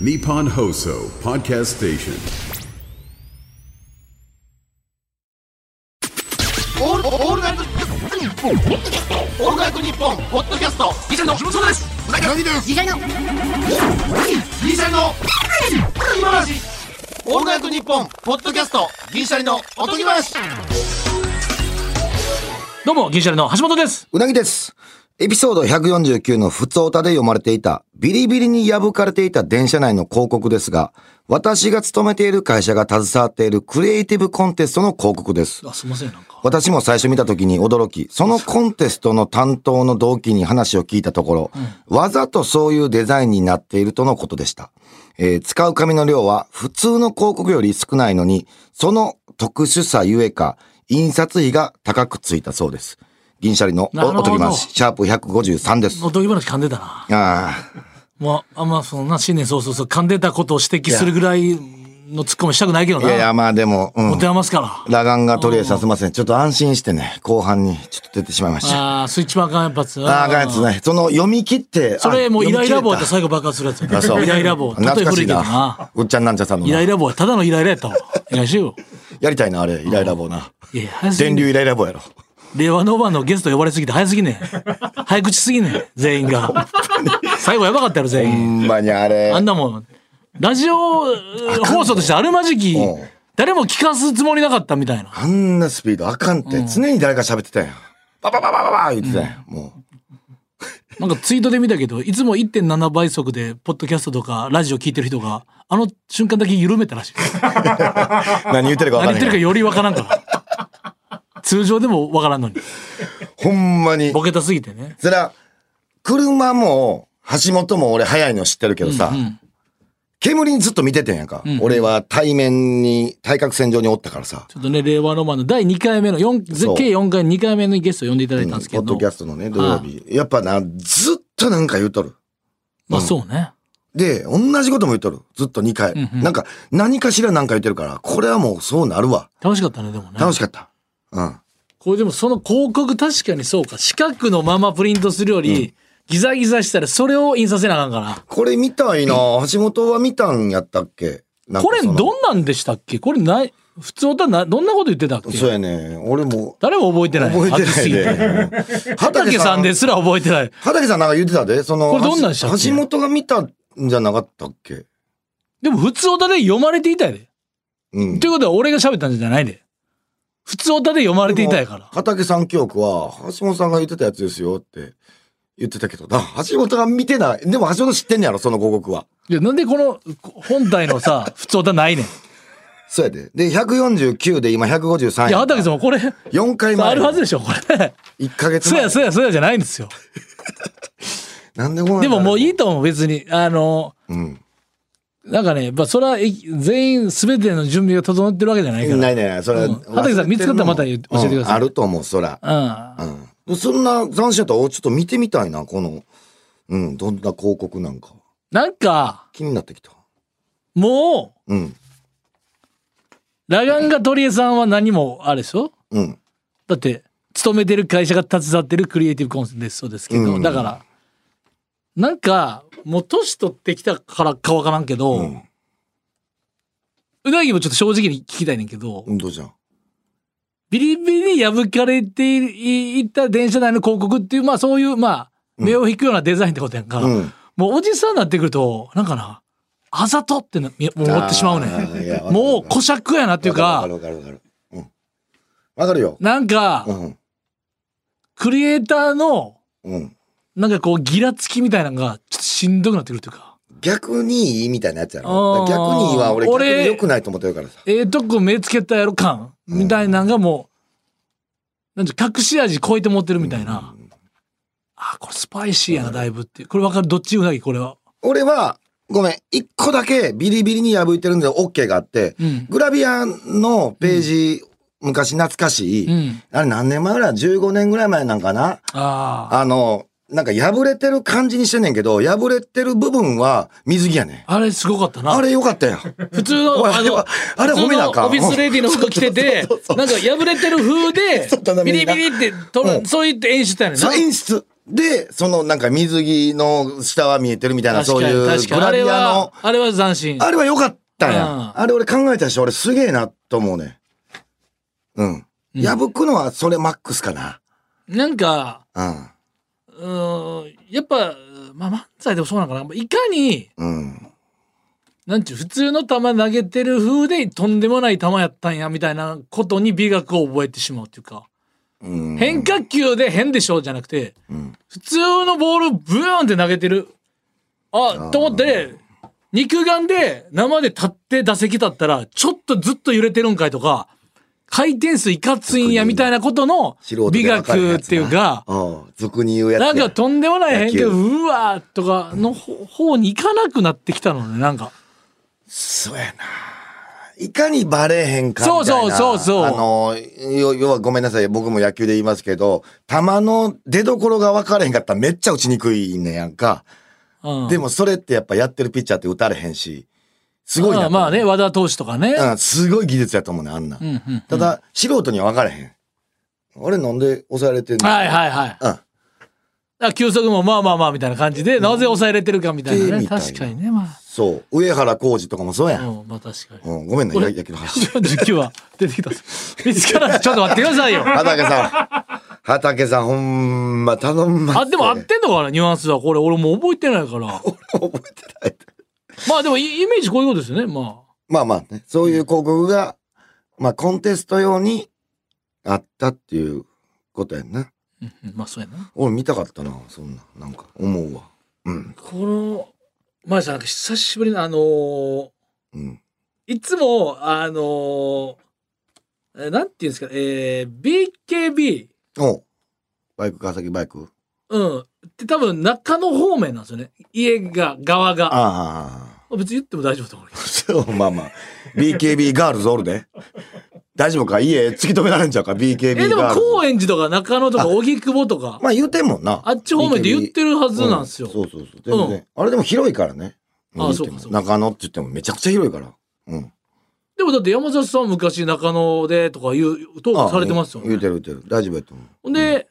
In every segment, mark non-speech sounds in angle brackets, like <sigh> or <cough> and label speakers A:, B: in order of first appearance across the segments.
A: Nippon Hoso Podcast Station.
B: オールオールナイトニッポンオールナイトニッポンポッドキャストギシャリのそうです何ですギシャリのギシャリの今話オールナイトニッポンポッドキャストギシャリのおとぎ話
C: どうも、銀シャリの橋本です。
D: うなぎです。エピソード149のふつおたで読まれていた、ビリビリに破かれていた電車内の広告ですが、私が勤めている会社が携わっているクリエイティブコンテストの広告です。
C: あ、すみません、なんか。
D: 私も最初見た時に驚き、そのコンテストの担当の同期に話を聞いたところ、わざとそういうデザインになっているとのことでした。えー使う紙の量は普通の広告より少ないのに、その特殊さゆえか、印刷費が高くついたそうです。銀シャリの
C: なるほど
D: おおとぎます。シャープ153です。
C: おとぎ話噛んでたな。
D: ああ、
C: まあ、あんまそんな、新年早々そう噛んでたことを指摘するぐらいのツッコミしたくないけど
D: い
C: な。
D: やいや、まあでも、う
C: 持
D: ん
C: て。余すから。
D: 裸眼が取り合いさせません。ちょっと安心してね、後半にちょっと出てしまいました。
C: ああ、スイッチバーガーやっぱつ。
D: ああ、ガイツね。その読み切って。
C: それもうイライラ
D: ボ
C: 棒やったら最後爆発するやつや。
D: あそう
C: イライラ棒。例え
D: 懐か
C: 古
D: し
C: い
D: い
C: けどな
D: な。。うっちゃんなんちゃさんの
C: イライ
D: な。
C: ラ棒や。ただのイライラやったわ。いやしよ
D: やりたいな、あれ。イライラ棒な。
C: う。
D: <laughs>
C: いや、早す
D: 電
C: ぎんねん
D: 流イライラ棒やろ。
C: 令和のオーバーのゲスト呼ばれすぎて早すぎんねん。早口すぎんねん。全員
D: <laughs>
C: が。最後やばかったやろ、全員
D: ほ。んまにあれ
C: あ。んなもん、ラジオ放送としてあるまじき
D: うん、
C: 誰も聞かすつもりなかったみたいな。
D: あんなスピードあかんって。常に誰か喋ってたやん。ババババババ言ってたやん。も
C: なんかツイートで見たけど、いつも1.7倍速で、ポッドキャストとかラジオ聞いてる人が、あの瞬間だけ緩めたらしい。
D: う。何言ってるか分
C: 何
D: か
C: 言
D: ん
C: ってる
D: な
C: か
D: い。
C: よりわからんから。通常でもわからんのに。
D: ほんまに
C: ボ。ケたすぎてね。
D: そら、車も、橋本も俺早いの知ってるけどさ、煙にずっと見ててんやんか。俺は対面に、対角線上におったからさ。
C: ちょっとね、令和ロマンの第2回目の、4
D: そう
C: 計4回、2回目のゲストを呼んでいただいたんですけ
D: ポッド
C: ど
D: キ、ャストのね、土曜日。やっぱな、ずっとなんか言うとる。
C: まあそうね。
D: で、同じことも言っとる。ずっと2回。なんか、何かしら何か言ってるから、これはもうそうなるわ。
C: 楽しかったね、でもね。
D: 楽しかった。うん。
C: これでもその広告確かにそうか四角のままプリントするより、ギザギザしたらそれを印刷せなあかんから
D: これ見たいな橋本は見たんやったっけなんか
C: これ
D: その
C: どんなんでしたっけこれない普通歌などんなこと言ってたっけ
D: そうやね。俺も
C: 誰も覚えてない
D: 覚え
C: 熱すぎ
D: てないで。。
C: 畑さんで
D: <laughs>
C: すすら覚えてない
D: 畑さんなんか言ってたで。その、
C: これどんなんしたっけ
D: 橋本が見たんじゃなかったっけ
C: でも普通歌で読まれていたやで
D: うん
C: とい。うことは俺が喋ったんじゃないで普通歌で読まれていたやから
D: 畑さん記憶は、橋本さんが言ってたやつですよって言ってたけどな。橋本が見てない。でも橋本知ってんねやろ、その広告は。
C: いやなんでこの本体
D: <laughs>
C: のさ普通歌ないねん
D: そうやで。で、149で今153や
C: いや畑さんもこれあ
D: 4回前。
C: るはずでしょこれ
D: 1ヶ月
C: そう
D: 前。
C: やそうやそうやじゃないんですよ
D: なんでこんなん
C: <laughs> でももうい
D: い。
C: いと思う別にあの
D: うん。
C: なんかね、まあ、それはえ全員全ての準備が整ってるわけじゃないから。
D: ないね。それ、
C: うん畑さん見つかったらまた言う教えてください
D: うんあると思う、そら。
C: うん。
D: うん。そんな斬新やったら、おちょっと見てみたいな、この、うん、どんな広告なんか。
C: なんか、
D: 気になってきた。
C: も
D: うん。
C: う、ラガンガ鳥江さんは何もあれでしょ
D: うん。
C: だって、勤めてる会社が携わってるクリエイティブコンテストですけど、
D: うん
C: だから、なんか、もう年取ってきたからかわからんけど、うなぎもちょっと正直に聞きたいねんけど、
D: うん、どうじゃん。
C: ビリビリに破かれていった電車内の広告っていう、まあそういう、まあ、目を引くようなデザインってことやんか。
D: うん。
C: もうおじさんになってくると、なんかな、あざとってなみもう思ってしまうね
D: あーいやわか
C: ん。
D: る
C: もう、こしゃくやなっていう
D: わか
C: か
D: る、わかるわかる。うん。わかるよ。
C: なんか
D: う、ん。
C: クリエイターの、
D: うん。
C: なんかこう、ギラつきみたいなのが、ちょっとしんどくなってくるというか、
D: 逆にいいみたいなやつや
C: あ
D: ろ。
C: ー
D: 逆にいいは俺、逆
C: 俺
D: に良くないと思ってるからさ。
C: ええとこ目つけたやろ感、みたいなのがもう、なんていうの隠し味超えて持ってるみたいな。あ、これスパイシーやな、だいぶっていう。これわかるどっちうなぎこれは。
D: 俺は、ごめん、一個だけビリビリに破いてるんで OK があって、
C: ん
D: グラビアのページ、昔懐かしい、
C: うん
D: あれ何年前ぐらい ?15 年ぐらい前なんかな
C: ああ。
D: あの、なんか破れてる感じにしてんねんけど、破れてる部分は水着やね
C: あれすごかった
D: ん。
C: な。
D: あれよかったよ。
C: 普通の、
D: おい
C: <laughs> あの、
D: あれ
C: 普通
D: 褒めな
C: の
D: あかん
C: オフィスレディの服着てて、なんか破れてる風
D: <laughs>
C: で
D: そう、斜め
C: ビリ
D: にな
C: ビリって撮
D: う
C: る、
D: ん
C: そう言って演出やねんな
D: そ。れ演出。で、そのなんか水着の下は見えてるみたいな、
C: 確
D: そう
C: か
D: い
C: に
D: う
C: 確か
D: グ
C: に
D: ラ
C: あ
D: ビ
C: れ
D: アの
C: は、あれは斬新
D: あれは良かったんや。
C: うん
D: あれ俺考えたし、俺すげえなと思うね。うん。
C: うん
D: 破くのはそれマックスかな。
C: なんか
D: うん。
C: うーんやっぱまあ漫才でもそうなのかないかに
D: うん。
C: なんちゅう普通の球投げてる風でとんでもない球やったんやみたいなことに美学を覚えてしまうっていうか
D: うん。
C: 変化球で変でしょじゃなくて
D: うん。
C: 普通のボールブーンって投げてるあと思って肉眼で生で立って打席立ったらちょっとずっと揺れてるんかいとか回転数いかついんやみたいなことの
D: 素人
C: 美
D: でわかる
C: 学
D: や
C: っ
D: つな
C: ていうか
D: <laughs> うん。俗に言うやつ
C: な
D: や。
C: んかとんでもない変
D: 野
C: 化
D: 球
C: うわーとかの方方に行かなくなってきたのねなんか
D: そうやな。いかにバレへんかみたいな。
C: そうそうそうそう
D: あの、よ要はごめんなさい。僕も野球で言いますけど、球の出所が分かれへんかったらめっちゃ打ちにくいねやんか。
C: うん
D: でもそれってやっぱやってるピッチャーって打たれへんし、すごいなと
C: ま
D: 思
C: あ
D: う。
C: まあね和田投手とかね
D: うん、すごい技術やと思うね、あんな。
C: うんうんうん
D: ただ、素人には分からへん。俺なんで抑えられてんの
C: はいはいはいだ
D: う
C: か
D: ん。っ
C: ら球速もまあまあまあみたいな感じでなぜ抑えれてるかみたいな
D: うん
C: ね確かにねまあ
D: そう。上原浩二とかもそうやん。
C: うんまあ確かに
D: うん、ごめんな、
C: 俺
D: 野野球の話。
C: 49は出てきた。見つからんちょっと待ってくださいよ。
D: 畑
C: <laughs>
D: さん。畑さん、ほんま、頼んま
C: あ、でも合ってんのかなニュアンスは。これ、俺もう覚えてないから。
D: 覚えてない。
C: まあでも、イイメージこういうことですよね。ま
D: まあまあね、そういう広告が、まあコンテスト用にあったっていうことやんな。
C: あ。うんうんまあ、そうやな。
D: 俺見たかったな、そんな、なんか思うわ。うん、
C: この、前さん、なんか久しぶりの、あのー
D: うん、
C: いつも、あのーえーなんていうんですか、えー、BKB、
D: おバイク、川崎バイク
C: うん、って多分中野方面なんですよね。家が、側が。
D: あ
C: 別に言っても大丈夫だと思うけど
D: あ、そう、 <laughs> まあまあ。BKB ガールズおるで。大丈夫か家突き止められんちゃうか ?BKB ガールズ。
C: え、でも高円寺とか中野とか荻窪とか、
D: まあ言うてんもんな。
C: あっち方面で言ってるはずなんですよ。
D: うそうそうそう。全然。
C: うん
D: あれでも広いからね。
C: ああそう
D: 言
C: か
D: ても
C: そうか
D: 中野って言ってもめちゃくちゃ広いから。うん。
C: でもだって山里さんは昔中野でとか言う、トークされてますよ
D: ああ言
C: ね
D: う。てる言うてる。大丈夫やと思う。
C: ほんで、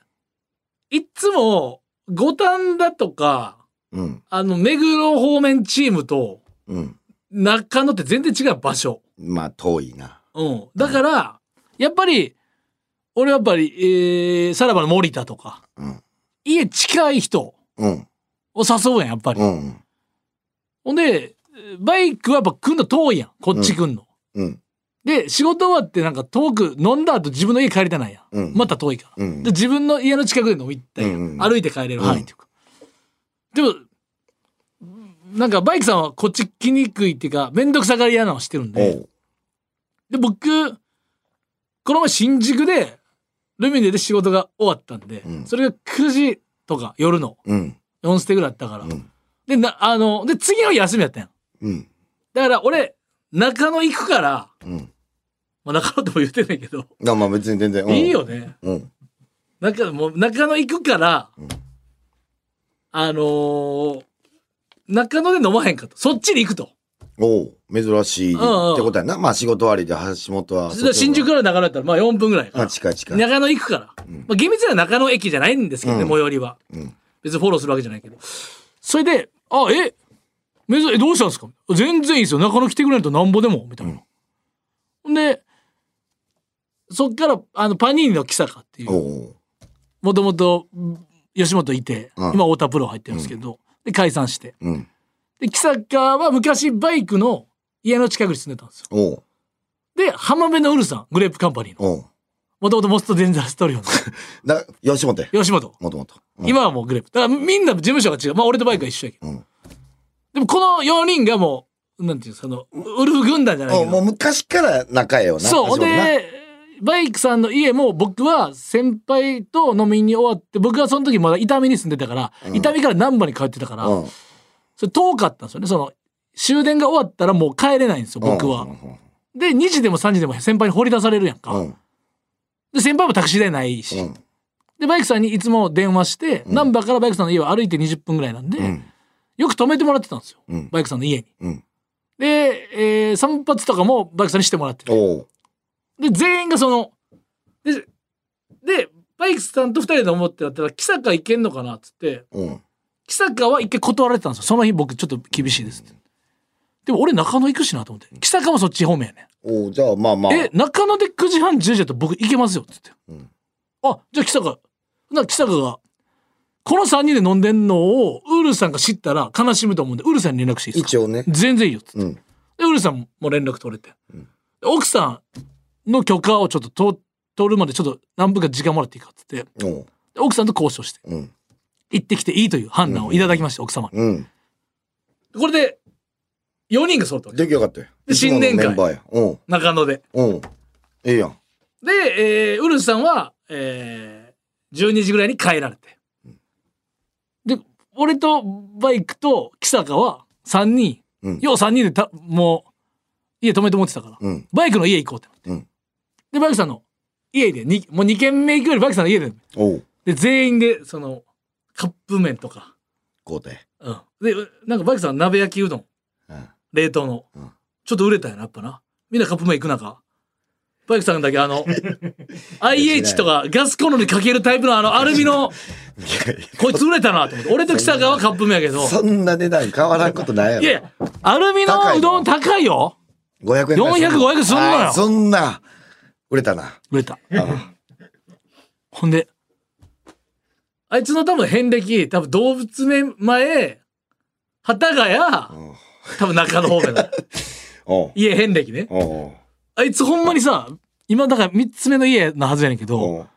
C: いっつも五反田とか、
D: うん。
C: あの、目黒方面チームと
D: うん。
C: 中野って全然違う場所。
D: まあ、遠いな。
C: うん。だから、やっぱり、俺はやっぱり、えー、さらばの森田とか、
D: うん。
C: 家近い人
D: うん。
C: を誘うやん、やっぱり。
D: うん。
C: ほんで、バイクはやっぱ来んの遠いやん、こっち来んの。
D: うん。
C: で、仕事終わってなんか遠く飲んだ後自分の家帰りたないやん。
D: うん
C: また遠いから。
D: うん
C: で。自分の家の近くで飲み行ったり、
D: うんうん
C: 歩いて帰れる範囲というか、でもなんかバイクさんはこっち来にくいっていうか面倒くさがり屋なの知ってるん
D: お
C: で
D: う。
C: で僕この前新宿でルミネで仕事が終わったんで、
D: うん
C: それが9時とか夜の
D: うん。
C: 4ステぐらいあったから、
D: うん
C: でなあので次の日休みやったやん
D: うん。
C: だから俺中野行くから、
D: うん。
C: まあ、中野っても言ってないけど、
D: まあまあ別に全然。うん
C: いい。よね
D: うん。
C: 中もう中野行くから、あのー中野で飲まへんかとそっちに行くと
D: おう。珍しいって
C: うんうん
D: ことやな。まあ仕事終わりで橋本は。
C: 新宿から中野やったらまあ4分ぐらいか
D: まあ
C: ら
D: 近い近い。
C: 中野行くから、まあ、厳密には中野駅じゃないんですけどね、
D: うん
C: 最寄りは、
D: ん
C: 別にフォローするわけじゃないけどそれで「あえめずえどうしたんですか?」全然いいですよ中野来てくれるとなんぼでも」みたいな、ほんでそっからあのパニーニの木坂っていう
D: おう。
C: もともと吉本いて、
D: うん
C: 今太田プロ入ってるんですけど、で解散して
D: うん。
C: で木坂は昔バイクの家の近くに住んでたんですよ
D: おう。
C: で浜辺のウルさんグレープカンパニーの
D: おう。
C: もともとモストデンザラストリオの
D: だ、吉本や。<laughs>
C: 吉本
D: もともと。うん。
C: 今はもうグレープだからみんな事務所が違うまあ俺とバイクは一緒やけど、
D: うん
C: でもこの4人がもうなんていうのそのウルフ軍団じゃない
D: お
C: け
D: うもう
C: ど
D: 昔から仲ええよな。
C: そうほん
D: 橋本な。
C: でバイクさんの家も僕は先輩と飲みに終わって僕はその時まだ伊丹に住んでたから、伊丹から難波に帰ってたから、
D: うん。
C: それ遠かったんですよねその終電が終わったらもう帰れないんですよ僕は、
D: う
C: で2時でも3時でも先輩に掘り出されるやんか、
D: ん。うん。
C: で先輩もタクシーでないし、
D: うん。
C: でバイクさんにいつも電話して、ナンバーからバイクさんの家は歩いて20分ぐらいなんで、
D: ん
C: よく止めてもらってたんですよ、
D: うん
C: バイクさんの家に
D: うん。
C: で、えー散髪とかもバイクさんにしてもらってて
D: おう。
C: で全員がそのででバイクさんと二人で思ってなったら、木坂行けんのかなっつって、
D: うん。
C: 木坂は一回断られてたんですよ。その日僕ちょっと厳しいですって。でも俺中野行くしなと思って。木坂もそっち方面やねん。
D: おうじゃあまあまあ。
C: え、中野で9時半10時だと僕行けますよっつって、
D: ん
C: あじゃあ木坂な木坂がこの3人で飲んでんのをウールさんが知ったら悲しむと思うんでウールさんに連絡していいです
D: 一
C: か
D: 応ね。
C: 全然いいよっつって、
D: うん。
C: でウールさんも連絡取れて、奥さんの許可をちょっと取取るまでちょっと何分か時間もらっていいかっつって
D: おう
C: で奥さんと交渉して
D: うん。
C: 行ってきていいという判断をいただきました、奥様に
D: うん。
C: これで4人が揃ったわけ
D: できよかったよ。
C: で新年会
D: いつものメンバーや。おう
C: 中野で
D: おうええやん。
C: で、えーウルフさんは、えー12時ぐらいに帰られて。で、俺とバイクと木坂は3人、
D: うん
C: よう3人でた、もう、家止めて持ってたから、
D: うん。
C: バイクの家行こうってなって。
D: うん
C: で、バイクさんの家で、にもう2軒目行くよりバイクさんの家で。
D: おう
C: で、全員で、その、カップ麺とか、
D: こうて。
C: うん。で、うなんかバイクさんは鍋焼きうどん、
D: うん。
C: 冷凍の。
D: うん
C: ちょっと売れたよな、やっぱな。みんなカップ麺行く中。バイクさんだけ
D: <laughs>
C: あの、IH とかガスコンロにかけるタイプの
D: <laughs>
C: あのアルミの、こいつ売れたなと思って。俺と草川はカップ麺やけど。
D: そんな値段変わらんことないやろ。
C: いやいや、アルミのうどん高いよ。
D: 500円ぐらい
C: 400 500すんのよ
D: あーそんな。売れたな。
C: 売れた。ほんで、あいつの多分遍歴、多分動物園前、幡ヶ谷、多分中野方
D: <laughs>
C: 面だ。
D: おう
C: 家遍歴ね。
D: おう
C: あいつほんまにさ、今だから3つ目の家なはずやねんけど、
D: おう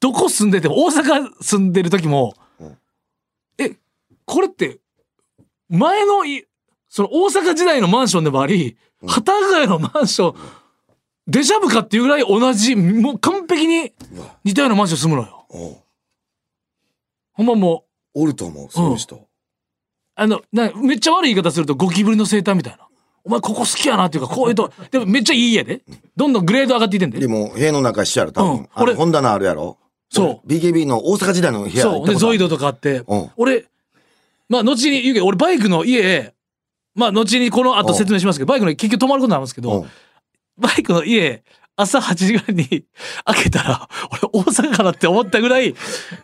C: どこ住んでても、大阪住んでる時も、
D: うん
C: え、これって、前のい、その大阪時代のマンションでもあり、幡ヶ谷のマンション、デジャブかっていうぐらい同じ、もう完璧に
D: うわ
C: 似たようなマンション住むのよ。
D: おう
C: ほんまもう、
D: おると思う、そういう人。
C: あの、なめっちゃ悪い言い方するとゴキブリの生態みたいな。お前ここ好きやなっていうか、こういうと、でもめっちゃいい家で。どんどんグレード上がっていってんで
D: で。も、部屋の中一緒やろ、多
C: う
D: 分
C: ん。
D: あ
C: 俺
D: れ、本棚あるやろ。
C: そう
D: 俺 BKB の大阪時代の部屋行
C: そ
D: ったこ
C: う。で、
D: とあ
C: ゾ
D: る
C: イドとかあって
D: うん、
C: 俺、まあ、後に言うけど、俺、バイクの家、まあ、後にこの後説明しますけど、バイクの家結局泊まることになるんですけ
D: う
C: ど
D: ん、。
C: バイクの家、朝8時ぐらいに開けたら、 <laughs> 俺、大阪かなって思ったぐらい、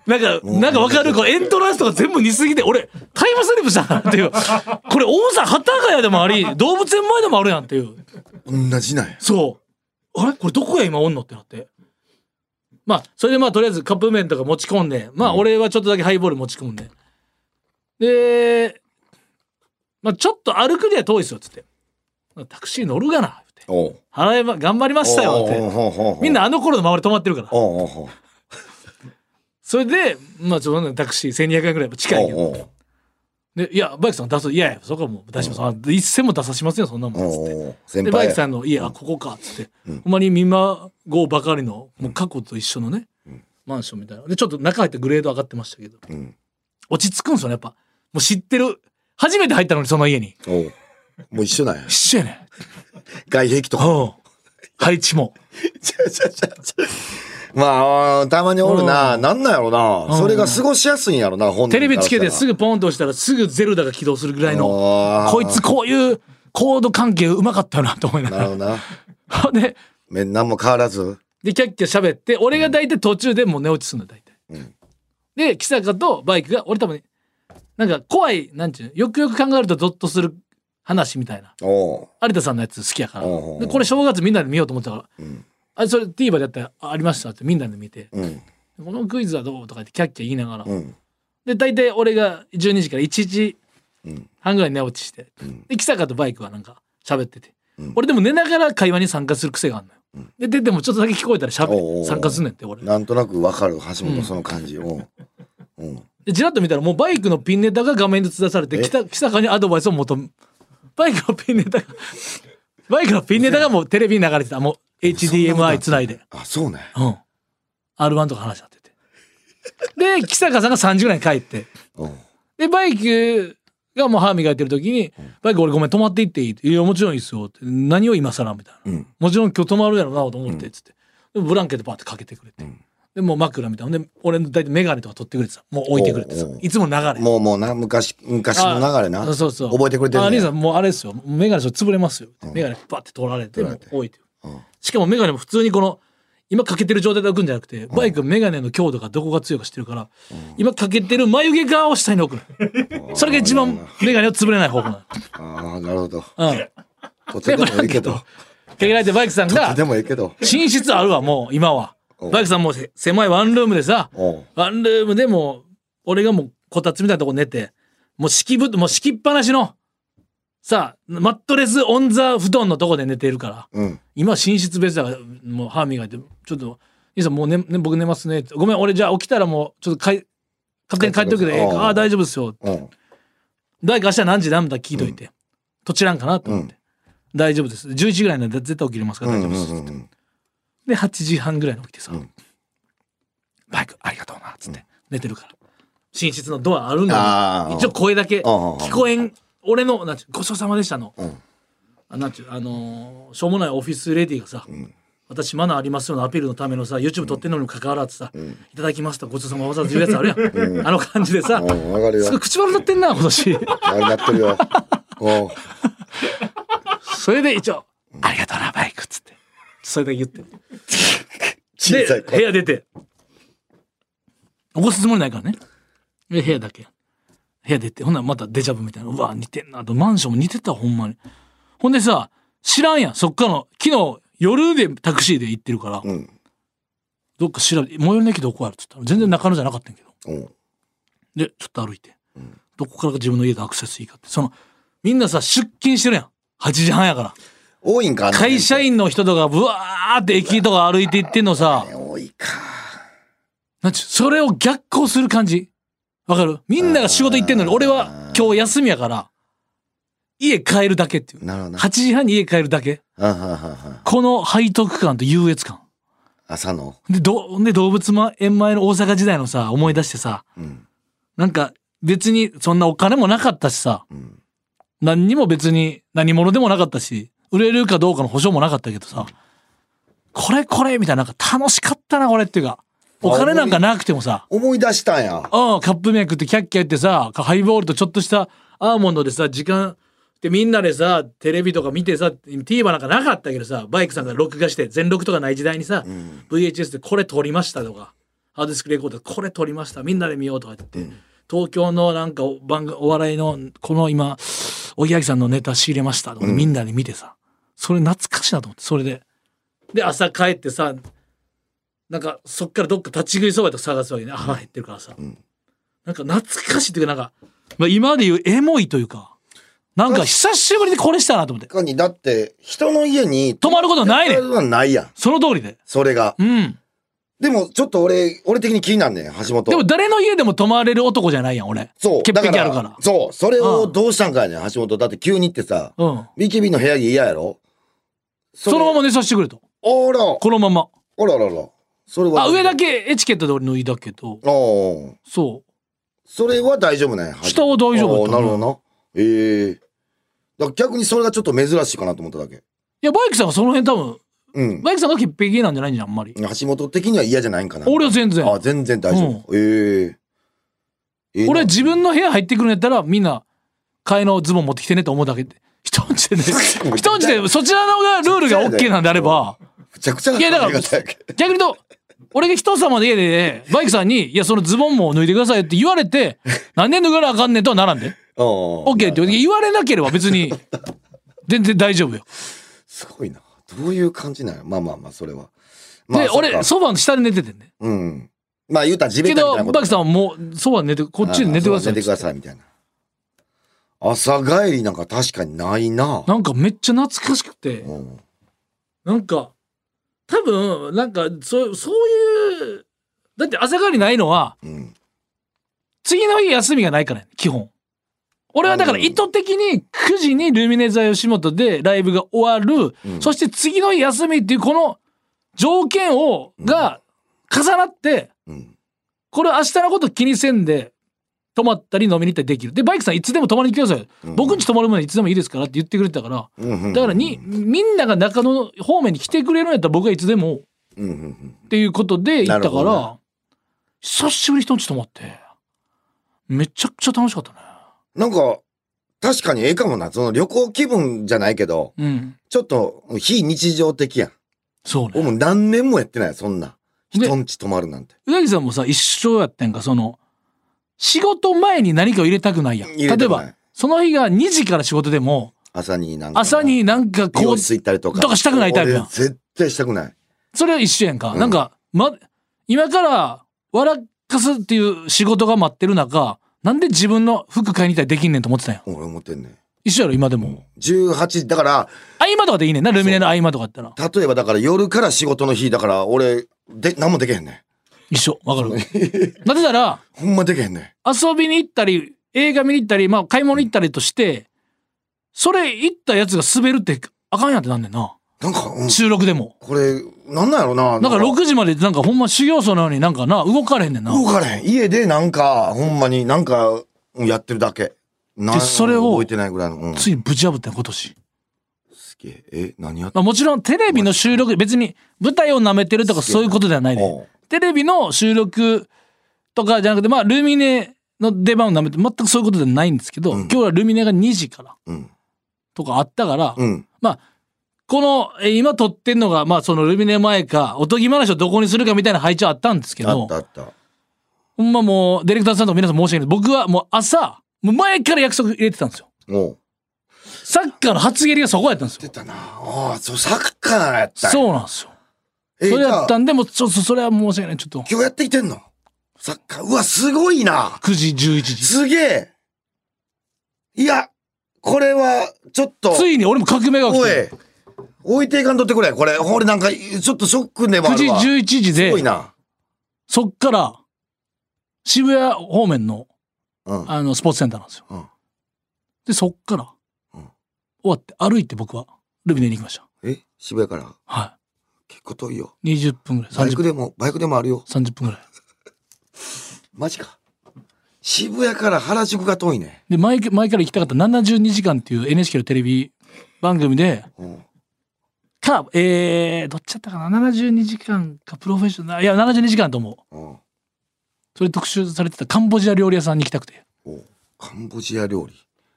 C: なんか、
D: うん
C: なんかわかる、こうエントランスとか全部似すぎて、俺、タイムスリップしたかなっていう。これ、大阪、幡ヶ谷でもあり、動物園前でもあるやんっていう。
D: 同じなんや。
C: そう。あれこれどこや今おんのってなって。まあ、それでまあ、とりあえずカップ麺とか持ち込んで、まあ、俺はちょっとだけハイボール持ち込んで。で、まあ、ちょっと歩くには遠いですよ、つって。タクシー乗るがな、って。
D: おう。
C: 払えば、頑張りましたよ、
D: おうおう
C: って。
D: おうおうおう
C: みんなあの頃の周り止まってるから。
D: おうおうおう
C: それで、まあ、ちょっとタクシー1200円ぐらい近いけ
D: お
C: ど。
D: うおう
C: で、いや、バイクさん出す。いやいや、そこはもう出します。あ一銭も出さしませんよ、そんなもん。つって。
D: おうおう先
C: でバイ
D: 輩
C: クさ
D: や。
C: んの家、あここかっつって、ほんまに見まごうばかりのもう過去と一緒のね、マンションみたいなでちょっと中入ってグレード上がってましたけど、
D: ん
C: 落ち着くんですよねやっぱもう知ってる初めて入ったのにその家に
D: おうもう一緒なんや。
C: 一緒やね
D: 外壁と
C: んう
D: か。
C: ん配置も
D: <laughs> まあ、たまにおるな。なんなんやろな。それが過ごしやすいんやろな、本人
C: テレビつけてす
D: ぐ
C: ぐポンと押したらすぐゼルダが起動するぐらいのこ
D: こ
C: いつ。こういうコード関係うまかったよなと思いな
D: なる
C: が
D: ほどな。
C: ら <laughs> で
D: め何も変わらず。
C: でキャッキャ喋って俺が大体途中でもう寝落ちするの大体、で木坂とバイクが俺多分なんか怖いなんていうのよくよく考えるとゾッとする話みたいな
D: おう
C: 有田さんのやつ好きやから
D: おうおう
C: でこれ正月みんなで見ようと思ってたから、あれそれ TVer でやったらあありましたってみんなで見て、
D: うん。
C: このクイズはどうとか言ってキャッキャ言いながら、
D: うん。
C: で大体俺が12時から1時半ぐらいに寝落ちして、で木坂とバイクはなんか喋ってて、俺でも寝ながら会話に参加する癖があるのよ、で出てもちょっとだけ聞こえたらしゃ
D: おうおうおう
C: 参加すんねんって俺
D: なんとなくわかる、橋本その感じ。おううん。
C: でちらっと見たらもうバイクのピンネタが画面で映されて北北坂にアドバイスを求むバイクのピンネタがバイクのピンネタがもうテレビに流れてたもう HDMI つないで
D: あ、そうね。
C: うん。R1 とか話し合ってて。で、木坂さんが3時ぐらいに帰って。
D: うん。
C: で、バイクがもう歯磨いてる時に、バイク俺ごめん止まっていっていいって。いや、もちろんいいっすよって。何を今更みたいな。
D: うん
C: もちろん今日止まるやろなと思って、つって。でブランケットバーってかけてくれて。で、もう枕みたいな。で、俺の大体メガネとか取ってくれてさ。もう置いてくれてさ
D: おうおう。
C: いつも流れ。
D: もうもうな、昔、昔の流れな。
C: あそうそう。
D: 覚えてくれて
C: あ、
D: る
C: 兄
D: ね
C: さ
D: や。
C: ん、もうあれですよ。メガネそれ潰れますよ。メガネバッて取られて、
D: 取られて
C: もう置いてる。しかもメガネも普通にこの、今かけてる状態で置くんじゃなくて、バイク、メガネの強度がどこが強いか知ってるから、今かけてる眉毛側を下に置くの。それが一番メガネを潰れない方法な
D: ああ、なるほど。
C: の。うん。
D: とてもいいけ
C: <laughs>
D: ど。
C: かけられてバイクさん
D: と
C: が
D: て、もいいけど。
C: 寝室あるわ、もう、今は。
D: お
C: バイクさんもせ狭いワンルームでさ、
D: おう
C: ワンルームでもう、俺がもう、こたつみたいなとこ寝て、もう敷布、もう敷きっぱなしの、さあ、マットレスオンザ布団のとこで寝てるから、
D: うん。
C: 今は寝室別だから、もう歯磨いて、ちょっと、兄さんもうね、ね僕寝ますねって。ごめん、俺じゃあ起きたらもう、ちょっとかい、勝手に帰っておくで、ええ
D: おう
C: かああ、大丈夫ですよ。
D: うん。
C: 誰か明日何時何分だ聞いといて、とちらんかなと思って、大丈夫です。11時ぐらいなんで絶対起きれますから
D: う
C: 大
D: ん
C: 丈夫
D: う
C: です。
D: んうん。
C: で、8時半ぐらいに起きてさ、
D: うん
C: バイクありがとうな、っつって、寝てるから。寝室のドアあるん
D: あ
C: だ
D: ー
C: 一応声だけ
D: うん
C: 聞こえん、俺の、なんちゅう、ごちそうさまでしたの、
D: うん
C: あなんちゅう、あのーしょうもないオフィスレディがさ、私マナーありますよのアピールのためのさ YouTube 撮ってんのにもかかわらずさ、いただきますとごちそうさまわざわざ言うやつあるやん、あの感じでさ、
D: うん、わかる
C: すごい
D: よ。
C: 口悪なってんな今年
D: あれなってるよ。 <laughs> おう
C: それで一応「ありがとうなバイク」っつってそれだけ
D: <laughs>
C: 言って
D: 小さい
C: で部
D: 声。
C: 屋出て起こすつもりないからねで部屋だけ部屋出てほんならまたデジャブみたいなうわ似てんなとマンションも似てたほんまにほんでさ知らんやんそっからの昨日夜でタクシーで行ってるから、
D: ん
C: どっか調べて最寄りの駅どこやるっつったら全然中野じゃなかったんやけど
D: うん。
C: でちょっと歩いて、どこからが自分の家でアクセスいいかってそのみんなさ出勤してるやん8時半やから
D: 多いんかあの辺
C: 会社員の人とかブワーって駅とか歩いて行ってんのさ
D: 多いか。
C: なんちゅうそれを逆行する感じわかるみんなが仕事行ってんのに俺は今日休みやから家帰るだけっていう
D: なるほどな
C: 8時半に家帰るだけ
D: あははは
C: この背徳感と優越感
D: 朝の。
C: でどで動物園前の大阪時代のさ思い出してさ
D: うん。
C: なんか別にそんなお金もなかったしさ
D: うん。
C: 何にも別に何者でもなかったし売れるかどうかの保証もなかったけどさこれこれみたいななんか楽しかったなこれっていうかお金なんかなくてもさ
D: 思い出したんや。
C: うん、カップ麺食ってキャッキャやってさ、ハイボールとちょっとしたアーモンドでさ、時間、でみんなでさ、テレビとか見てさ、TVer なんかなかったけどさ、バイクさんが録画して、全録とかない時代にさ、VHS でこれ撮りましたとか、ハードディスクレコードでこれ撮りました、みんなで見ようとか言って、東京のなんかお番組お笑いの、この今、おぎやはぎさんのネタ仕入れましたとか、みんなで見てさ、それ懐かしいなと思って、それで。で、朝帰ってさ、なんかそっからどっか立ち食いそばとか探すわけね、腹減ってるからさ。なんか懐かしいっていうか、なんか、まあ、今まで言うエモいというか、なんか久しぶりにこれしたなと思って。
D: 他に、だって、人の家に
C: 泊まることないねん。
D: はないやん。
C: その通りで。
D: それが。
C: うん。
D: でも、ちょっと俺、俺的に気になんねん、橋本。
C: でも誰の家でも泊まれる男じゃないやん、俺。
D: そう。
C: 潔癖あるから。
D: だそう。それを
C: うん
D: どうしたんかやねん、橋本。だって急にってさ、
C: うん。
D: BKB の部屋着嫌やろそ
C: そ
D: れ
C: のまま寝させてくれと。
D: あら、
C: このまま。
D: あららら。それは。
C: あ、上だけエチケットで俺脱いだけど、
D: おー
C: そ
D: それは大丈夫ね。
C: 下は大丈夫
D: あー
C: だと
D: な
C: 思
D: る
C: う
D: ほどな。ええだから逆にそれがちょっと珍しいかなと思っただけ。
C: う。いや、バイクさんがその辺多分、
D: うん。
C: バイクさんが潔癖なんじゃないんじゃん、あんまり。
D: 橋本的には嫌じゃないんかな。
C: 俺は全然。
D: あ、全然大丈夫。ええええな
C: 俺は自分の部屋入ってくるんやったらみんな替えのズボン持ってきてねと思うだけで人
D: <laughs>
C: んちでね <laughs> 人んちでそちらのがルールが OK なんであれば
D: むちゃくちゃない
C: やだから
D: 髪型やけど
C: 逆に言うと俺が人様の家でバイクさんに「いやそのズボンも脱いでください」って言わ
D: <laughs>
C: れて「なんで脱がなあかんねん」とはならんで
D: うん
C: OK って言われ言われなければ別に全然大丈夫よ。
D: すごいな。どういう感じなんや。まあまあまあ、それは。まあ、
C: で
D: そっか
C: 俺ソファーの下で寝ててんね
D: うん。まあ言うたら地べ
C: け
D: たみたい
C: ど
D: なこと
C: バイクさんはもうソファーで寝てこっちで寝てくだ
D: あ
C: さ
D: あそう
C: い
D: 寝てくださいみたいな。朝帰りなんか確かにないな。
C: なんかめっちゃ懐かしくて。
D: うん。
C: なんか、多分、なんか、そう、そういう、だって朝帰りないのは、
D: うん。
C: 次の日休みがないからね、基本。俺はだから
D: うん
C: 意図的に9時にルミネ座吉本でライブが終わる、
D: うん
C: そして次の日休みっていうこの条件を、が重なって、
D: うん。
C: これ明日のこと気にせんで、泊まったり飲みに行ったりできる。で、バイクさんいつでも泊まりに来てください。
D: うん
C: 僕んち泊まる前にいつでもいいですからって言ってくれてたから、
D: うん
C: だからに、、みんなが中野方面に来てくれるんやったら僕はいつでも、
D: うんうんうん。
C: っていうことで行っ
D: なる
C: たか
D: ほど
C: ら、久しぶりに人んち泊まって、めちゃくちゃ楽しかったね。
D: なんか、確かにええかもな。その旅行気分じゃないけど、
C: うん。
D: ちょっと非日常的やん。
C: そう
D: 俺
C: ね。
D: もう何年もやってない、そんな。
C: で
D: 人んち泊まるなんて。
C: うなぎさんもさ、一生やってんか、その、仕事前に何かを入れたくないやん。
D: 入
C: 例
D: れたくな
C: え
D: い
C: ば、その日が2時から仕事でも、
D: 朝になんか。
C: 朝になんか
D: 美
C: こ
D: 容
C: う、
D: 室行ったりとか。
C: とかしたくないタイプやん
D: 俺絶対したくない。
C: それは一緒やんか。
D: うん
C: なんか、ま、今から笑かすっていう仕事が待ってる中、なんで自分の服買いに行ったりできんねんと思ってたんや。
D: 俺思ってんねん。
C: 一緒やろ、今でも。
D: 18、だから、
C: 合間とかでいいねんな、ルミネの合間とかやったら。
D: 例えばだから夜から仕事の日だから、俺、で、何もできへんね
C: 一緒、わかる。なぜなら、
D: ん。ほんまできへんねん。
C: 遊びに行ったり、映画見に行ったり、まあ買い物行ったりとして、それ行ったやつが滑るってあかんやんってなんねんな。
D: なんか、うん、
C: 収録でも。
D: これ、なんなんやろな。
C: なんか6時までなんかほんま修行僧のようになんかな、動かれへんねんな。
D: 動かれへん。家でなんか、ほんまになんか、うんやってるだけ。な
C: でそれを
D: 覚えてないぐらいの。うん、す
C: ついにぶち破ってん今年。
D: げえ。え、何やって
C: まあもちろんテレビの収録、別に舞台を舐めてるとかそういうことではない
D: お
C: で
D: う。
C: テレビの収録とかじゃなくて、まあルミネの出番を舐めて、全くそういうことではないんですけど、今日はルミネが2時から
D: うん。
C: とかあったから、
D: うん。
C: まあ、この、えー今撮ってんのが、まあ、そのルミネ前か、おとぎ話をどこにするかみたいな配置はあったんですけ
D: あっ
C: ど
D: た、あった。
C: ほんまもう、ディレクターさんとか皆さん申し訳ない。僕はもう朝、もう前から約束入れてたんですよ。
D: おう。
C: サッカーの初蹴りがそこやったんです
D: 出
C: よ。
D: たな。ああ、そう、サッカーやったんや。
C: そうなんですよ。
D: え
C: それやっ
D: じゃ
C: たんで、もうちょっとそれは申し訳ない。ちょっと
D: あ、今日やってきてんのサッカー。うわ、すごいな。
C: 9時、11時。
D: すげえ。いや、これは、ちょっと。
C: ついに俺も革命が起き
D: お
C: て
D: い、置いていかんとってくれ。これ、俺なんか、ちょっとショックでも
C: 9
D: ある
C: 時、
D: わ。
C: 11時
D: すごい
C: で、
D: な。
C: そっから、渋谷方面の、
D: うん。
C: あの、スポーツセンターなんですよ。
D: うん
C: で、そっから、
D: うん
C: 終わって、歩いて僕は、ルミネに行きました。
D: え渋谷から
C: はい。
D: 結構遠いよ。
C: 20分ぐらい
D: バイ
C: 30
D: ク
C: 分
D: でも、バイクでもあるよ。
C: 30分ぐらい
D: マジか。渋谷から原宿が遠いね。
C: で前前から行きたかった「72時間」っていう NHK のテレビ番組で
D: うん。
C: かえー、どっちだったかな72時間かプロフェッショナルいや72時間と思う
D: うん。
C: それ特集されてたカンボジア料理屋さんに行きたくて
D: おうカンボジア料理。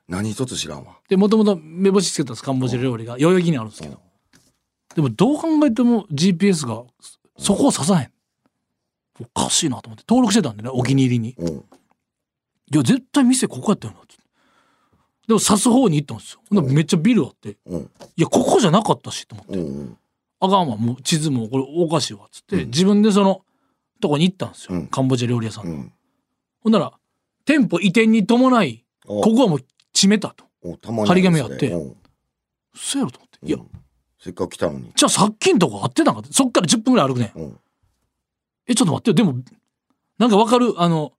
D: 何一つ知らんわ。
C: でもともと目星つけてたんですカンボジア料理が代々木にあるんですけどでもどう考えても GPS がそこを刺さへんおかしいなと思って登録してたんでねお気に入りに
D: うん。
C: いや絶対店ここやったよなつってでも刺す方に行ったんですよほんならめっちゃビルあって
D: うん。
C: いやここじゃなかったしと思っ
D: う
C: て
D: んうん。
C: 「あかんわもう地図もこれおかしいわ」っつって、自分でそのとこに行ったんですよ、
D: うん
C: カンボジア料理屋さん、
D: うん。
C: ほんなら店舗移転に伴い
D: こ
C: ここはもう閉めたと
D: おうたまに
C: 張り紙あって
D: うん
C: そうやろと思って、いや
D: せっかく来たのに。
C: じゃあさっきんとこ合ってたんかってそっから10分ぐらい歩くねん
D: うん。
C: えちょっと待ってよでもなんかわかるあの、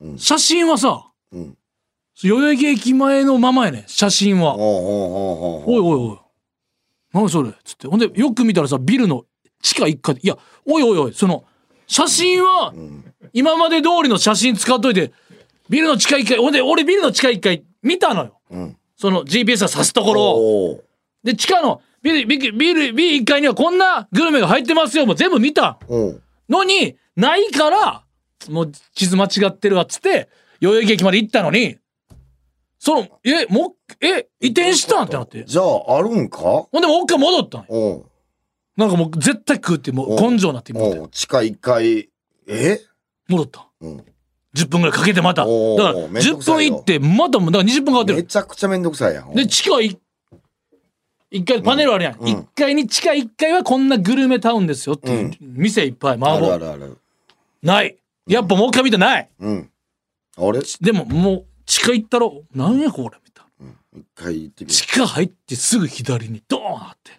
D: うん
C: 写真はさ
D: うん。
C: 代々木駅前のままやねん写真は、
D: おうおうおう
C: おい
D: おう
C: おいおい何それっつってほんでよく見たらさビルの地下1階でいやおいおいおいその写真は今まで通りの写真使っといてビルの地下1階ほんで俺ビルの地下1階見たのよ
D: うん。
C: その GPS が指すところを
D: おう
C: で地下のビルビルビル B1 階にはこんなグルメが入ってますよもう全部見た
D: おう
C: のにないからもう地図間違ってるわっつって代々木駅まで行ったのにそのえもうえ移転したんってなって
D: じゃあ、あるんか
C: ほんでもう一回戻ったんよ
D: おう
C: なんかもう絶対食うってもう根性になって戻っ
D: お
C: て
D: う地下1階。え
C: 戻った
D: うん。
C: 10分ぐらいかけてまただから
D: おーめんど
C: 10
D: くさ
C: 分
D: いよ
C: 行ってまたもうだから20分かかって
D: め
C: る
D: ちゃくちゃめんどくさいやん。
C: で地下1階パネルあるやん、
D: うん
C: 1階に地下1階はこんなグルメタウンですよっていう、
D: うん
C: 店いっぱい
D: あ
C: 麻
D: るあ
C: 婆
D: るある。
C: ないやっぱもう一回見てない
D: うん。あれ
C: でももう地下行ったろなんやこれみたいな
D: 一回行ってみる
C: 地下入ってすぐ左にドーンあって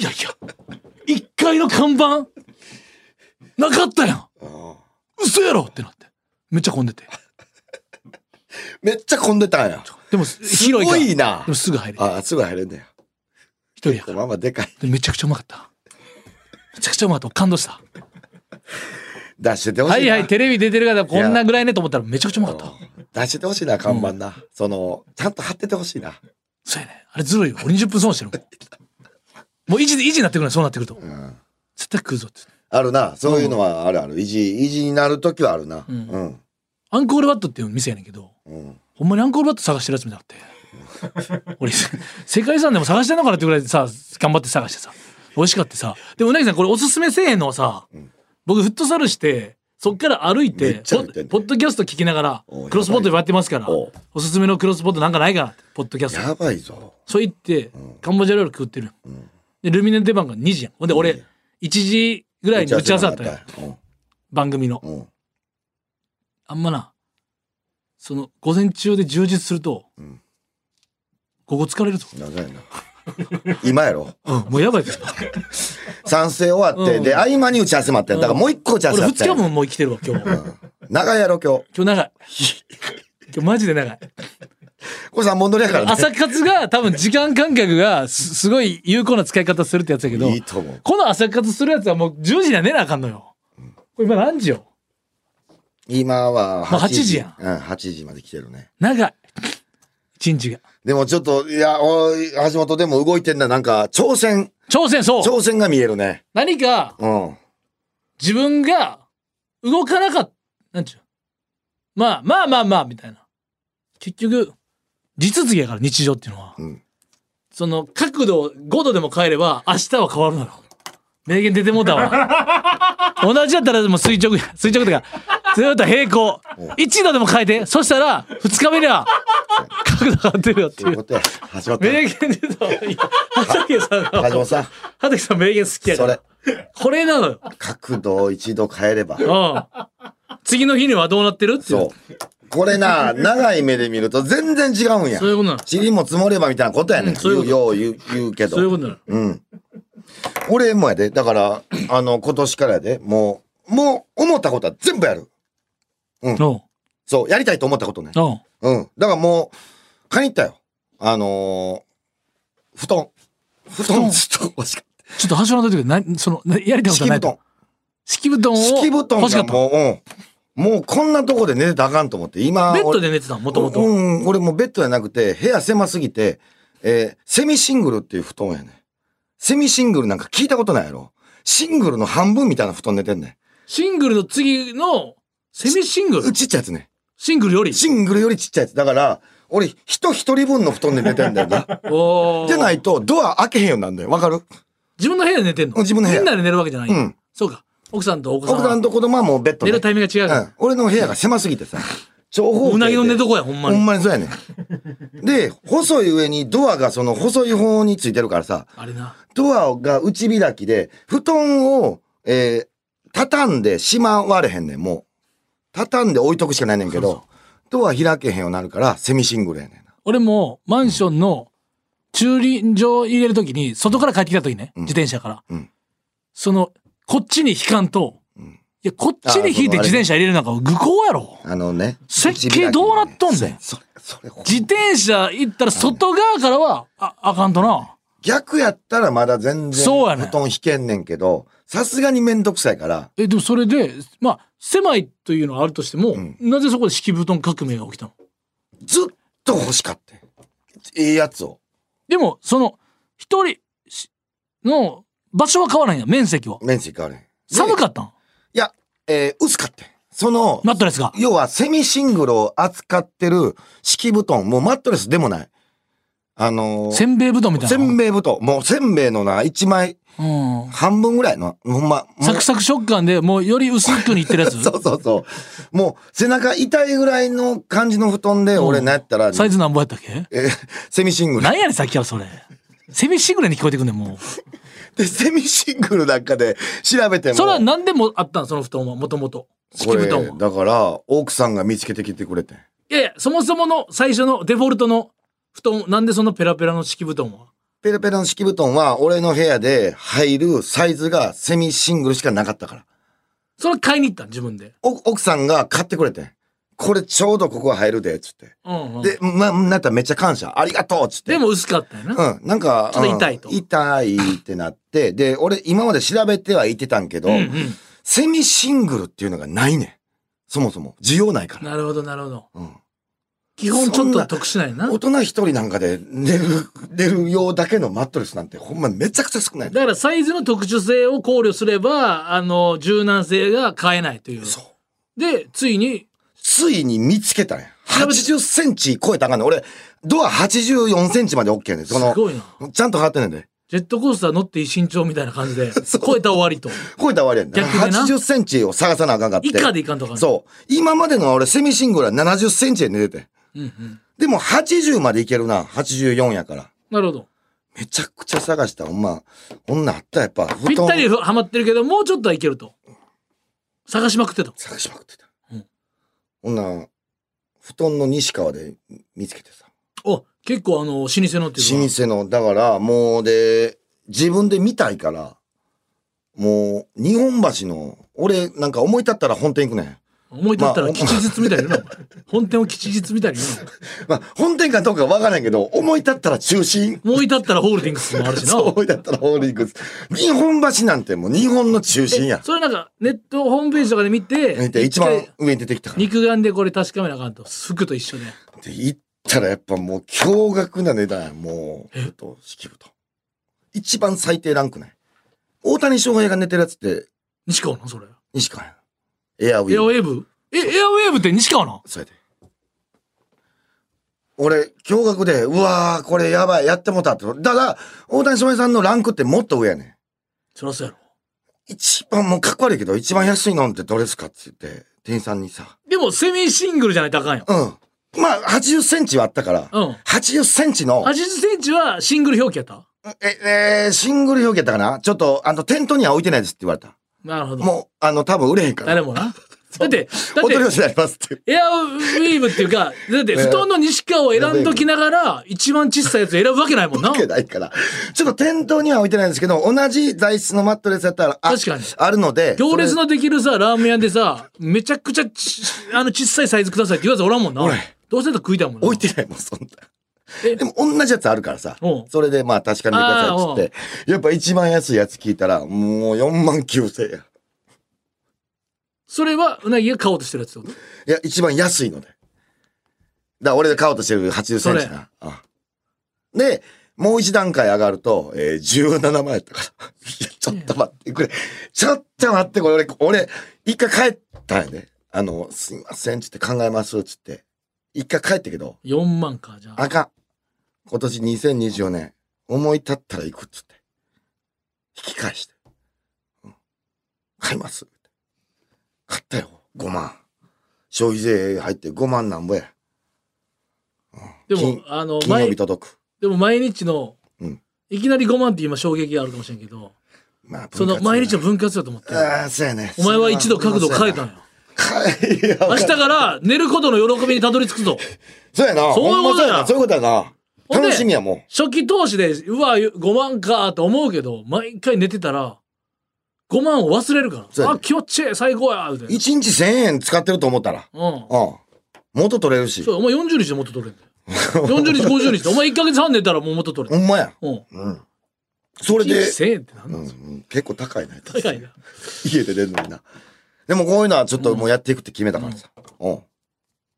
C: いやいや1階の看板なかったやん
D: ああ
C: 嘘やろってなってめっちゃ混んでて
D: めっちゃ混んでたんや。
C: でも
D: す
C: 広い
D: ご
C: から
D: いな
C: でも。すぐ入れて
D: あ、すぐ入れんだよ。
C: 一人やから
D: まあまあでかい。
C: でめちゃくちゃうまかっためちゃくちゃうまかった感動した
D: 出しててほしい
C: は
D: な。
C: いはいテレビ出てる方こんなぐらいねと思ったらめちゃくちゃうまかった
D: 出しててほしいな、看板な。その、ちゃんと貼っててほしいな。
C: そうやねあれずるいよ俺20分損してるもんもう維持維持になってくるねそうなってくると、絶対食うぞって
D: あるな。そういうのはあるある。維持、維持になるときはあるな。うん。
C: アンコールワットっていう店やねんけど、
D: ん
C: ほんまにアンコールワット探してるやつみたいになって俺世界遺産でも探してんのかなってぐらいさ頑張って探してさ美味しかってさ。でもうなぎさんこれおすすめせえへんのはさ、僕フットサルして、そっから歩い
D: め
C: て
D: っ、ちゃ
C: ポ
D: 歩いてんね
C: ッポッドキャスト聞きながら
D: おう、
C: クロスポットでやってますから、
D: お
C: お
D: う
C: すすめのクロスポットなんかないかなって、ポッドキャスト。
D: やばいぞ。
C: そう言って、カンボジア料理食ってる。で、ルミネ出番が2時やん。ほんで俺、1時ぐらいに打ち合わせあったよ。
D: よ。
C: 番組の。
D: うん。うん。
C: あんまな、その、午前中で充実すると、午後疲れるぞ。
D: 長いな。今やろ。
C: うん、もうやば
D: <laughs>
C: いぞ。
D: 賛成終わって、
C: うん
D: で、合間に打ち合わせもあったよ。だからもう一個打ち合わせ
C: 俺
D: あっ
C: 2
D: た
C: 日
D: よ。
C: 分もう生きてるわ、今日。今
D: 長いやろ、今日。
C: 日長い。 <laughs> 今日マジで長い。
D: これ三本取りやからね。
C: 朝活が多分時間感覚がすすごい有効な使い方するってやつやけど、
D: いいと思う。
C: この朝活するやつはもう10時には寝なあかんのよ。これ今何時よ
D: 今は8時。
C: 8時やん
D: うん、8時まで来てるね。
C: 長い。一日が。
D: でもちょっと、いや、おい、橋本でも動いてんだ。なんか、挑戦、
C: 挑戦、そう。
D: 挑戦が見えるね。
C: 何か
D: うん。
C: 自分が動かなかった。なんちゅう。まあまあまあまあ、みたいな。結局、地続きやから日常っていうのは。
D: うん
C: その角度を5度でも変えれば明日は変わるのよ。名言出てもう
D: <laughs>
C: たわ。同じやったらでも垂直や、垂直とか、ずーっと平行。1度でも変えて、そしたら2日目には角度変わってるよって
D: とい
C: いうう。
D: ことや。橋本。
C: 名言出たわ。いや畑さん
D: 橋本
C: が、
D: さん、
C: 畑さん名言好きやか
D: それ
C: ら。、これなのよ。
D: 角度を一度変えれば。
C: うん。次の日にはどうなってるっていう。
D: そう。これな、長い目で見ると全然違うんや。
C: そういうことなの
D: 塵も積もればみたいなことやねん。
C: うんそういうこと
D: よう言う言うけど。
C: そういうことなの。
D: うん。俺もやで。だから、 <clears throat> あの、今年からやで。もう、もう、思ったことは全部やる。
C: の、
D: そう、やりたいと思ったことね。
C: の、
D: うん。だからもう、買いに行ったよ。あのー布団。布団ずっと欲しかっ
C: ちょっと端の出てくる。な、その、なやりた
D: た。
C: いこと
D: 敷
C: は
D: 布団
C: ないと。。敷布団を
D: 敷布団
C: 欲しか
D: が
C: った。
D: もう、うん。もうこんなとこで寝てたらあかんと思って。今、
C: ベッド
D: 俺
C: で寝てたの、もとも
D: う
C: と。
D: ん、俺もうベッドじゃなくて、部屋狭すぎて、えーセミシングルっていう布団やね。セミシングルなんか聞いたことないやろ。シングルの半分みたいな布団寝てんね
C: シングルの次の、セミシングル
D: ん。ちっちゃいやつね。
C: シングルより。
D: シングルよりちっちゃいやつ。だから、俺、人一人分の布団で寝てんだよな。
C: <laughs> おー
D: じゃないと、ドア開けへんようになんだよ。わかる
C: 自分の部屋で寝てんの
D: 自分の部屋
C: みんなで寝るわけじゃない。
D: うん
C: そうか。奥さんとお子さん
D: 奥さん
C: は。
D: と子供はもうベッド
C: 寝
D: で
C: るタイミングが違うか
D: うん。俺の部屋が狭すぎてさ。長方形で
C: ら。うなぎの寝床や、ほんま
D: ほん
C: に。
D: まにそうやねん。で、細い上にドアがその細い方についてるからさ、
C: あれな。
D: ドアが内開きで、布団を、えー畳んでしまわれへんねん、もう。畳んで置いとくしかないねんけど、ドア開けへんようになるから、セミシングルやねんな。
C: 俺も、マンションの駐輪場入れるときに、外から帰ってきたときね、自転車から。
D: うん
C: その、こっちに引かんと、いや、こっちに引いて
D: あーそう
C: 自転車入れるなんか愚行やろ。
D: あのね。
C: 設計どうなっとんねん
D: それ、それ、ほん
C: 自転車行ったら外側からは、あ、あかんとな。
D: 逆やったらまだ全然、
C: そうやねん
D: 布団引けんねんけど、さすがにめんどくさいから、
C: え、でもそれで、まあ、狭いというのはあるとしても、
D: ん
C: なぜそこで敷布団革命が起きたの
D: ずっと欲しかった。ええやつを。
C: でも、その、一人しの場所は変わらんや、面積は。
D: 面積変われへん。
C: 寒
D: っ
C: かったん
D: いや、えー薄かった。その、
C: マットレスが。
D: 要はセミシングルを扱ってる敷布団、もうマットレスでもない。あのー
C: せんべい布団みたい
D: せ
C: な。
D: んべい布団。もうせんべいのな、一枚
C: うん。
D: 半分ぐらいの、ほんま。もう
C: サクサク食感でもうより薄くにいってるや
D: <laughs>
C: つ
D: そうそうそう。もう背中痛いぐらいの感じの布団で、俺
C: うん
D: なんやったら、
C: サイズなんぼやったっけ
D: えーセミシングル。
C: なんやねんさっきからそれセミシングルに聞こえてくんねんもう
D: で、セミシングルなんかで調べても。
C: それは何でもあったんその布団はもともと敷
D: これ
C: 布団は
D: だから、奥さんが見つけてきてくれて。
C: いやいやそもそもの最初のデフォルトの布団なんでそのペラペラの敷布団は
D: ペラペラの敷布団は、俺の部屋で入るサイズがセミシングルしかなかったから。
C: それ買いに行ったん自分で
D: お奥さんが買ってくれてん。これちょうどここ入るで、つって。
C: うん、うん、で
D: で、ま、なったらめっちゃ感謝。ありがとう、つって。
C: も薄かったよな、
D: うん、なんか、
C: ちょっと痛いと
D: うん痛いってなって、で、俺今まで調べてはいてたんけど、
C: うんうん
D: セミシングルっていうのがないねん。そもそも。需要ないから。
C: なるほどなるほど
D: うん。
C: 基本ちょっと特殊なんやな
D: 大人一人なんかで寝る、寝る用だけのマットレスなんてほんまめちゃくちゃ少ない。
C: だからサイズの特殊性を考慮すればあの柔軟性が買えないという
D: そう。
C: でついに
D: ついに見つけたんや。
C: 調べて
D: 80センチ超えたらあかんねん。俺、ドア84センチまで OK ねん。そ
C: す
D: の、
C: ごいな
D: ちゃんと測ってんねんで。
C: ジェットコースター乗っていい身長みたいな感
D: <laughs>
C: じで、超えたら終わりと。
D: 超えたら終わりやんな。
C: 逆にな
D: 80センチを探さなあかんかって。
C: 以下でいかんとかね
D: そう。今までの俺、セミシングルは70センチで寝てて。でも80までいけるな。84やから。
C: なるほど。
D: めちゃくちゃ探した。ほんま、女あったやっぱ。
C: ぴ
D: 布
C: ったり
D: 団
C: はまってるけど、もうちょっとはいけると。探しまくってた。
D: 探しまくってた。
C: うん
D: 女、布団の西川で見つけてさ。
C: お、結構あの、老舗のっていう
D: 老舗の、だからもうで、自分で見たいから、もう、日本橋の、俺、なんか思い立ったら本店行くねん。
C: のは、思い立った
D: ま
C: ら
D: あ
C: 吉日みたいな。
D: <laughs>
C: 本店を吉日みたいに言う
D: まあ、本店かどうかわからんけど、思い立ったら中心。
C: の。思い立ったらホールディングスもあるしな。
D: そう <laughs> 思い立ったらホールディングス。日本橋なんてもう日本の中心や。
C: それなんか、ネットホームページとかで見て、
D: 見て一番
C: 回
D: 上に出てきたから。
C: 肉眼でこれ確かめなあかんと。服と一緒で。
D: で行ったらやっぱもう驚愕な値段や。もう、布団敷布団。一番最低ランクない。大谷翔平が寝てるやつって、
C: 西川な、それ。
D: 西川や。エアウィ
C: エアウ
D: ー。
C: ェーブえ、エアウェーブって西川な
D: それで。俺、驚愕で、うわー、これやばい、やってもうたって。ただ、大谷翔平さんのランクってもっと上やねん。
C: そらそうやろ。
D: 一番、もうかっこ悪いけど、一番安いのってどれですかって言って、店員さんにさ、
C: でも、セミシングルじゃないとあかんよ。
D: うん。まあ、80センチはあったから、
C: うん
D: 80センチの、
C: 80センチはシングル表記やった
D: え、えーシングル表記やったかなちょっと、あの、店頭には置いてないですって言われた。
C: なるほど。
D: もう、あの、多分売れへんから。
C: 誰も
D: <laughs>
C: な。だって、だ
D: お取り寄
C: っ
D: せになりますって。
C: て、エアウィーブっていうか、だって、布団の西川を選んどきながら、一番小さいやつ選ぶわけないもん
D: <laughs>
C: な
D: わ。けないから。ちょっと店頭には置いてないんですけど、同じ材質のマットレスやったら、あ
C: 確かに
D: あるので、
C: 行列のできるさ、ラーメン屋でさ、めちゃくちゃち、あの、小さいサイズくださいって言わずおらんもんな
D: おらん。
C: どうせだと食いたいもんな。
D: 置いてないもん、そんな
C: え。
D: でも同じやつあるからさ
C: おう、
D: それでまあ確かめてくださいっつって、やっぱ一番安いやつ聞いたら、もう4万9千円。
C: それは、うなぎが買おうとしてるやつってこと
D: いや、一番安いので。だから俺が買おうとしてる80センチな。あで、もう一段階上がると、えー、17万やったから。 <laughs> いや、ちょっと待ってくれ。ちょっと待ってこれ、俺、俺、一回帰ったんやね。あの、すいません、つって考えます、つって。一回帰ったけど、
C: ?4 万か、じゃあ。
D: あかん。今年2024年、思い立ったら行くっつって。引き返して。うん買います。買ったよ。5万。消費税入って5万なんぼや。
C: でも
D: 金、
C: あの、
D: 金曜
C: 前
D: 日、届く。
C: でも毎日の
D: うん、
C: いきなり5万って今衝撃があるかもしれんけど、
D: まあ、
C: その毎日の分割だと思って。
D: ああ、そうやね。
C: お前は一度角度変えたん
D: よ。
C: や。
D: 変え、いや
C: 明日から寝ることの喜びにたどり着くぞ。
D: そうやな。
C: そういう
D: ほ
C: ことや
D: んまそうやなそういうことやな。
C: ほんで
D: 楽しみやもん。
C: 初期投資で、うわ、5万かと思うけど、毎回寝てたら、5万を忘れるか
D: そう
C: ら。
D: やね
C: あ、気持ちいい、最高や、みたいな。
D: 1日1000円使ってると思ったら。
C: うん。
D: うん。元取れるし
C: そ。う、お前40日で元取れんだよ。40日、50日で。お前1ヶ月半寝たらもう元取れ
D: ほ
C: ん。
D: んまや。
C: うん。
D: それで。
C: 1000円ってなん
D: う
C: だ
D: んうん、結構高いな、
C: 高いな。
D: <laughs> 家で出るのにな。でもこういうのはちょっともうやっていくって決めたからさ。うん。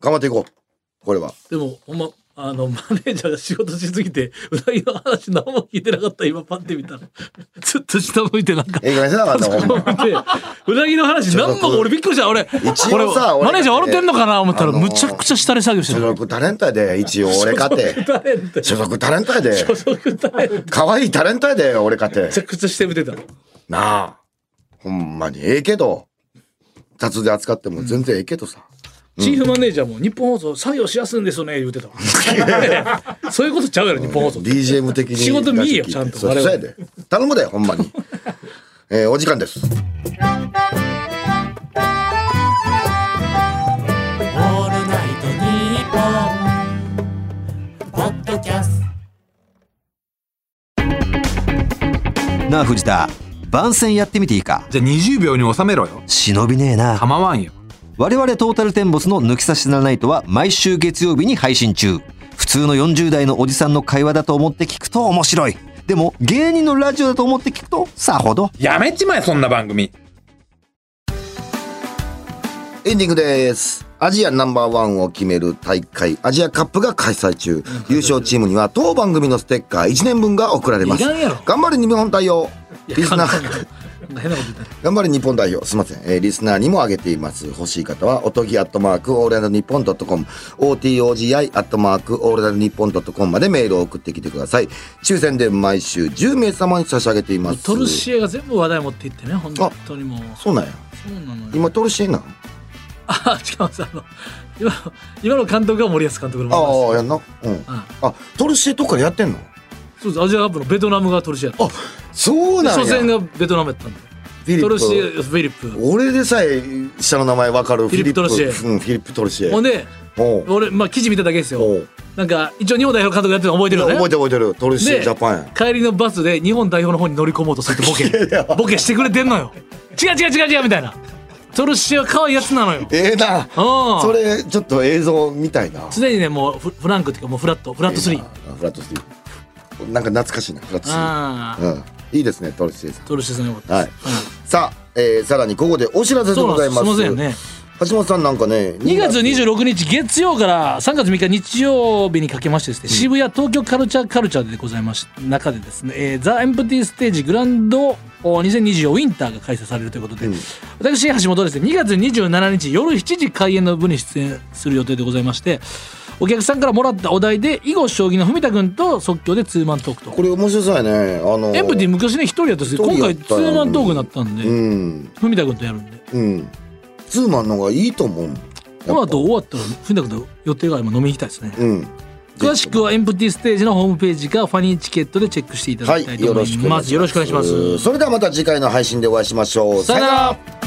D: 頑張っていこう。これは。
C: でも、ほんま、あの、マネージャーが仕事しすぎて、うなぎの話何も聞いてなかった、今パッて見たら。 <laughs> ずっと下向いてなんか。
D: ええ加減にしなか <laughs> った、ほんま。
C: でうなぎの話何も俺びっくりした俺
D: 一応さ俺
C: 俺マネージャー笑ってんのかな思ったら
D: あのー
C: むちゃくちゃ下で作業して <laughs>
D: 所
C: る
D: 属タレントやで、一応俺勝て。
C: タレント
D: 所属タレントやで。
C: め
D: 可愛いタレントやで、俺勝 <laughs> て
C: ち。ゃくちゃしてみてた
D: なあ。ほんまにええけど。雑で扱っても全然ええけどさ。
C: チーフマネージャーも日本放送作業しやすいんですよね言うて
D: <laughs>
C: たわそういうことちゃうやろ日本放送
D: BGM 的に。
C: 仕事見えよちゃんと
D: そうそうやで。頼むで、ほん <laughs> まに。えー、お時間です。
E: 「オールナイトニッポン」「ポッドキャスト」
F: なあ藤田番宣やってみていいか
G: じゃあ20秒に収めろよ。
F: 忍びねえな
G: 構わんよ。
F: 我々トータルテンボスの抜き差しならないとは毎週月曜日に配信中普通の40代のおじさんの会話だと思って聞くと面白いでも芸人のラジオだと思って聞くとさほど
G: やめちまえ、そんな番組。
D: エンディングです。アジアナンバーワンを決める大会、アジアカップが開催中。優勝チームには当番組のステッカー1年分が送られます。
C: いらんやろ
D: 頑張る日本代表。リスナ
C: 簡単
D: ー、
C: なんか変なこと言った
D: 頑張れ日本代表すいません、えーリスナーにもあげています欲しい方はおとぎアットマークオールナイトニッポンドットコム OTOGI アットマークオールナイトニッポンドットコムまでメールを送ってきてください抽選で毎週10名様に差し上げています
C: トルシエが全部話題持っていってね本当にもう
D: そうなんや
C: そうなのよ
D: 今トルシエなん
C: あ違いますあの今の今の監督が森保監督の
D: ああ
C: も
D: やんなうん、あトルシエとかやってんの
C: そうですアジアカップのベトナムがトルシエやった
D: あそうなんや
C: 初戦がベトナムやったんで
D: フィリップ
C: トルシエフィリップ
D: 俺でさえ下の名前わかる
C: フィリップトルシエ
D: うん、フィリップ・トルシエ
C: ほんで
D: おう
C: 俺まあ記事見ただけです
D: お
C: よ
D: う
C: なんか一応日本代表監督やってるの覚えてるよね
D: 覚えてる覚えてるトルシエ
C: で
D: ジャパンや
C: 帰りのバスで日本代表の方に乗り込もうとするって
D: <laughs>
C: ボケボケしてくれてんのよ違う違う違う違うみたいなトルシエは可愛いやつなのよ
D: ええな
C: うん
D: それちょっと映像みたいな
C: 常にねもうフフランクっていうかもうフラットフラットスリー
D: あフラットスリーなんか懐かしいなフラットスリー
C: ああ
D: うんいいですねトルシエさん
C: トルシエさんよかった
D: は
C: で
D: い
C: す、
D: さあ、えー、さらにここでお知らせで
C: そう
D: ご
C: なんで
D: ざい
C: す
D: ま
C: すい
D: す
C: ませんよね
D: 橋本さんなんかね
C: 2月26日月曜から3月3日日曜日にかけましてですね、渋谷東京カルチャーカルチャーでございまし中でですね、えー、ザ・エンプティステージグランドお2024ウィンターが開催されるということで、私橋本はですね2月27日夜7時開演の部に出演する予定でございましてお客さんからもらったお題で囲碁将棋の文田君と即興でツーマントークと
D: これ面白そうやねあの
C: エンプティ昔ね一人やったんですけど
D: 一人や
C: 今回
D: っ
C: ツ
D: たよね
C: ーマントークになったんで、
D: うん
C: 文田君とやるんで
D: うんツーマンの方がいいと思う
C: この後終わったら文田君と予定が今飲みに行きたいですね
D: うん
C: 詳しくはエンプティステージのホームページかファニーチケットでチェックしていた
D: は
C: だきたい
D: い
C: と
D: よ
C: 思
D: ろ
C: い
D: しく
C: ます。よろしくお願いします。
D: それではまた次回の配信でお会いしましょう
C: さよなら
D: ら